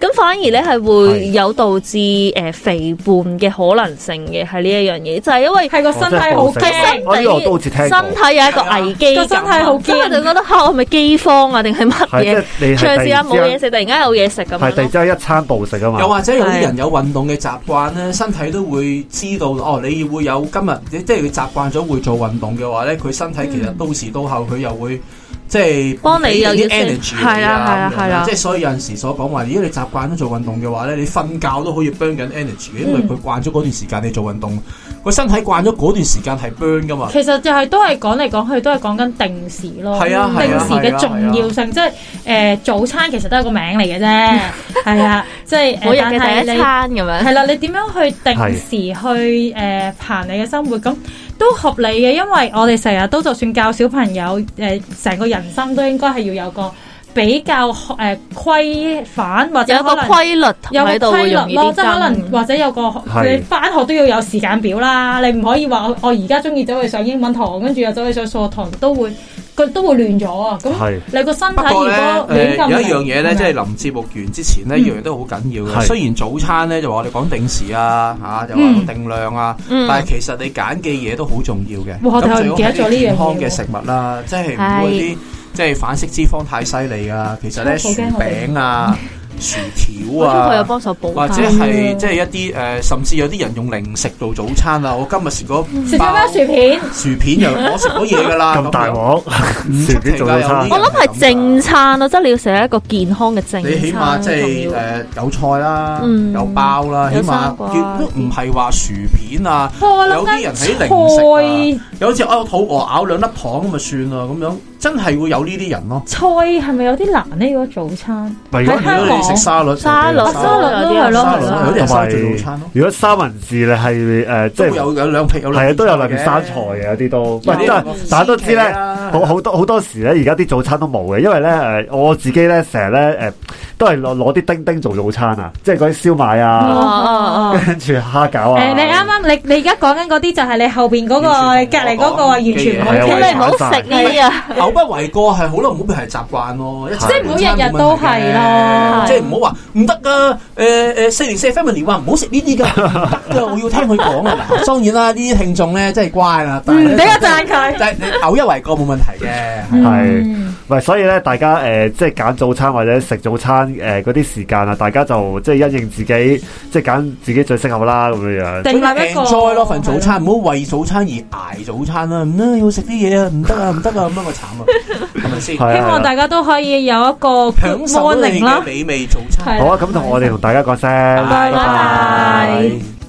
[SPEAKER 4] 咁反而咧係會
[SPEAKER 1] 係
[SPEAKER 4] 有導致誒、呃肥胖嘅可能性嘅，係呢一樣嘢，就係、因為。
[SPEAKER 2] 哦係個身體好
[SPEAKER 1] 我真係
[SPEAKER 2] 驚，
[SPEAKER 1] 我呢個我都好似聽過
[SPEAKER 4] 身體有一個危機感，
[SPEAKER 2] 個身體好驚
[SPEAKER 4] 即係就覺得嚇我係咪饑荒啊，定係乜
[SPEAKER 1] 係即
[SPEAKER 4] 嘢
[SPEAKER 1] 係？你係
[SPEAKER 4] 長時
[SPEAKER 1] 突
[SPEAKER 4] 間
[SPEAKER 1] 然
[SPEAKER 4] 冇嘢
[SPEAKER 1] 之間
[SPEAKER 4] 食，突然間有嘢食咁
[SPEAKER 1] 係突然
[SPEAKER 4] 樣
[SPEAKER 1] 之間一餐暴食啊嘛
[SPEAKER 3] 又！或者有啲
[SPEAKER 4] 係
[SPEAKER 3] 人有運動嘅習慣咧，身體都會知道哦，你會有今日你即係佢習慣咗會做運動嘅話咧，佢身體其實到時到後佢又會即係
[SPEAKER 4] 嗯幫你
[SPEAKER 3] 俾
[SPEAKER 4] 又
[SPEAKER 3] 啲
[SPEAKER 4] 要先
[SPEAKER 3] energy
[SPEAKER 4] 係啊
[SPEAKER 3] 你啊
[SPEAKER 4] 啦係啦
[SPEAKER 3] 咁樣
[SPEAKER 4] 係啦
[SPEAKER 3] 即係所以有陣時所講話，如果你習慣咗做運動嘅話咧，你瞓覺都可以 burn 緊 energy 嘅，因為佢慣咗嗰段時間你做運動，個身體慣咗嗰段時間係 burn 噶嘛。
[SPEAKER 2] 其實就係都係講嚟講去都係講緊定時咯，
[SPEAKER 3] 係啊係啊
[SPEAKER 2] 定時嘅重要性，即係誒早餐其實都係個名嚟 嘅啫，係啊，即係
[SPEAKER 4] 每日嘅第一。餐
[SPEAKER 2] 呃
[SPEAKER 4] 咁
[SPEAKER 2] 但係你
[SPEAKER 4] 樣。
[SPEAKER 2] 係啦，你點樣去定時去誒、呃、行你嘅生活咁都合理嘅，因為我哋成日都就算教小朋友誒成、個人生都應該係要有個比較誒、呃、規範或者
[SPEAKER 4] 有一個
[SPEAKER 2] 可能
[SPEAKER 4] 規律
[SPEAKER 2] 有個
[SPEAKER 4] 喺度
[SPEAKER 2] 規
[SPEAKER 4] 會容
[SPEAKER 2] 律
[SPEAKER 4] 易啲
[SPEAKER 2] 咯，即係可能
[SPEAKER 4] 跟。
[SPEAKER 2] 或者有個
[SPEAKER 1] 係
[SPEAKER 2] 你翻學都要有時間表啦，你唔可以話我我而家中意走去上英文堂，跟住又走去上數學堂，都會佢都會亂咗啊！咁
[SPEAKER 1] 係
[SPEAKER 2] 你個身體
[SPEAKER 3] 不
[SPEAKER 2] 如
[SPEAKER 3] 過咧，
[SPEAKER 2] 果
[SPEAKER 3] 誒
[SPEAKER 2] 亂咁
[SPEAKER 3] 有一樣嘢咧，即係
[SPEAKER 2] 係
[SPEAKER 3] 臨節目完之前咧，
[SPEAKER 2] 嗯
[SPEAKER 3] 一樣都好緊要嘅。
[SPEAKER 1] 係
[SPEAKER 3] 雖然早餐咧就話我哋講定時啊，嚇又
[SPEAKER 2] 嗯
[SPEAKER 3] 話定量啊，
[SPEAKER 4] 嗯
[SPEAKER 3] 但係其實你揀嘅嘢都好重要嘅。
[SPEAKER 2] 哇我哋
[SPEAKER 3] 咁最
[SPEAKER 2] 唔
[SPEAKER 3] 好
[SPEAKER 2] 記得咗
[SPEAKER 3] 係
[SPEAKER 2] 呢
[SPEAKER 3] 啲
[SPEAKER 2] 樣嘢
[SPEAKER 3] 健康嘅食物啦，即係唔好嗰啲即係反式脂肪太犀利啊。其實咧，
[SPEAKER 2] 好
[SPEAKER 3] 薯
[SPEAKER 2] 驚我哋
[SPEAKER 3] 餅啊、薯條
[SPEAKER 4] 我中佢有
[SPEAKER 3] 啊。
[SPEAKER 4] 幫手補
[SPEAKER 3] 或者
[SPEAKER 4] 翻。
[SPEAKER 3] 係即係一啲誒、甚至有啲人用零食做早餐啊！我今日食咗
[SPEAKER 2] 食咗
[SPEAKER 3] 包
[SPEAKER 2] 包薯片，
[SPEAKER 3] 薯片又我食咗嘢㗎啦，
[SPEAKER 1] 咁大
[SPEAKER 3] 樣
[SPEAKER 1] 鑊， 隨便做早餐
[SPEAKER 4] 我諗係正餐咯，即係你要食一個健康嘅正餐。
[SPEAKER 3] 你起碼即係
[SPEAKER 4] 重要
[SPEAKER 3] 誒有菜啦，
[SPEAKER 4] 嗯
[SPEAKER 3] 有包啦，起
[SPEAKER 4] 有
[SPEAKER 3] 碼
[SPEAKER 4] 生果
[SPEAKER 3] 叫都唔係話薯片啊，
[SPEAKER 2] 我
[SPEAKER 3] 有啲人喺零食
[SPEAKER 2] 諗緊
[SPEAKER 3] 啊，有好似哦肚餓咬兩粒糖咁咪算啦咁樣，真係會有呢啲人咯。
[SPEAKER 2] 菜菜係咪有啲難呢？如果早餐
[SPEAKER 1] 咪如
[SPEAKER 2] 喺
[SPEAKER 1] 果
[SPEAKER 2] 香
[SPEAKER 3] 如果
[SPEAKER 2] 港
[SPEAKER 3] 你食沙律，
[SPEAKER 4] 沙律，
[SPEAKER 2] 啊沙律都係咯
[SPEAKER 3] 沙律
[SPEAKER 2] 係
[SPEAKER 3] 有啲
[SPEAKER 1] 同
[SPEAKER 3] 人沙
[SPEAKER 1] 埋
[SPEAKER 3] 律做早餐咯，
[SPEAKER 1] 如果三文治你係誒即
[SPEAKER 3] 都
[SPEAKER 1] 係
[SPEAKER 3] 有有兩片有兩
[SPEAKER 1] 係啊，都有兩
[SPEAKER 3] 片
[SPEAKER 1] 片生菜嘅，有啲都，唔
[SPEAKER 3] 有
[SPEAKER 1] 係
[SPEAKER 3] 啲
[SPEAKER 1] 但
[SPEAKER 3] 有
[SPEAKER 1] 大家都知
[SPEAKER 3] 絲
[SPEAKER 1] 咧
[SPEAKER 3] 茄，啊
[SPEAKER 1] 好好多好多時咧，而家啲早餐都冇嘅，因為咧誒，我自己咧成日咧誒，都係攞攞啲叮叮做早餐啊，即係嗰啲燒賣啊，
[SPEAKER 4] 哦哦
[SPEAKER 1] 跟住蝦餃啊，
[SPEAKER 2] 嗯誒你啱啱你你而家講緊嗰啲就係你後邊嗰個
[SPEAKER 3] 完
[SPEAKER 2] 隔
[SPEAKER 3] 全
[SPEAKER 2] 離嗰個啊，完全唔
[SPEAKER 1] 係啊
[SPEAKER 4] 哦，
[SPEAKER 2] 好
[SPEAKER 4] 你
[SPEAKER 1] 喂
[SPEAKER 4] 咪
[SPEAKER 2] 聽
[SPEAKER 4] 唔好食呢啲啊！
[SPEAKER 3] 口不為過係好耐唔好變係習慣咯，即
[SPEAKER 1] 即係唔好
[SPEAKER 2] 日日都係咯
[SPEAKER 3] 即係唔好話嗯呃唔得噶，誒誒四零四 family 話唔好食呢啲噶，唔得噶，我要聽佢講啊！嗱，當然啦，呢啲聽眾咧真係乖啦，但係啊
[SPEAKER 2] 嗯，
[SPEAKER 3] 呢
[SPEAKER 2] 俾我 讚佢。
[SPEAKER 3] 但係你偶一為過冇問題嘅，
[SPEAKER 1] 係，
[SPEAKER 2] 嗯
[SPEAKER 1] 喂，所以咧，大家誒、呃即係揀早餐或者食早餐誒嗰啲時間啊，大家就即係因應自己，即係揀自己最適合啦，咁樣樣。
[SPEAKER 2] 定立一個
[SPEAKER 3] enjoy 咯份早餐，唔好為早餐而捱早餐啦，唔得要食啲嘢啊，唔得 啊，唔得啊，咁樣我慘啊，係咪先？
[SPEAKER 1] 係啊
[SPEAKER 2] 希望大家都可以有一個 good
[SPEAKER 3] 啊享受你
[SPEAKER 2] morning 啦
[SPEAKER 1] 啊
[SPEAKER 3] 嘅。美味早餐，
[SPEAKER 2] 係
[SPEAKER 1] 好啊，咁同我哋同大家講聲，
[SPEAKER 2] 拜拜。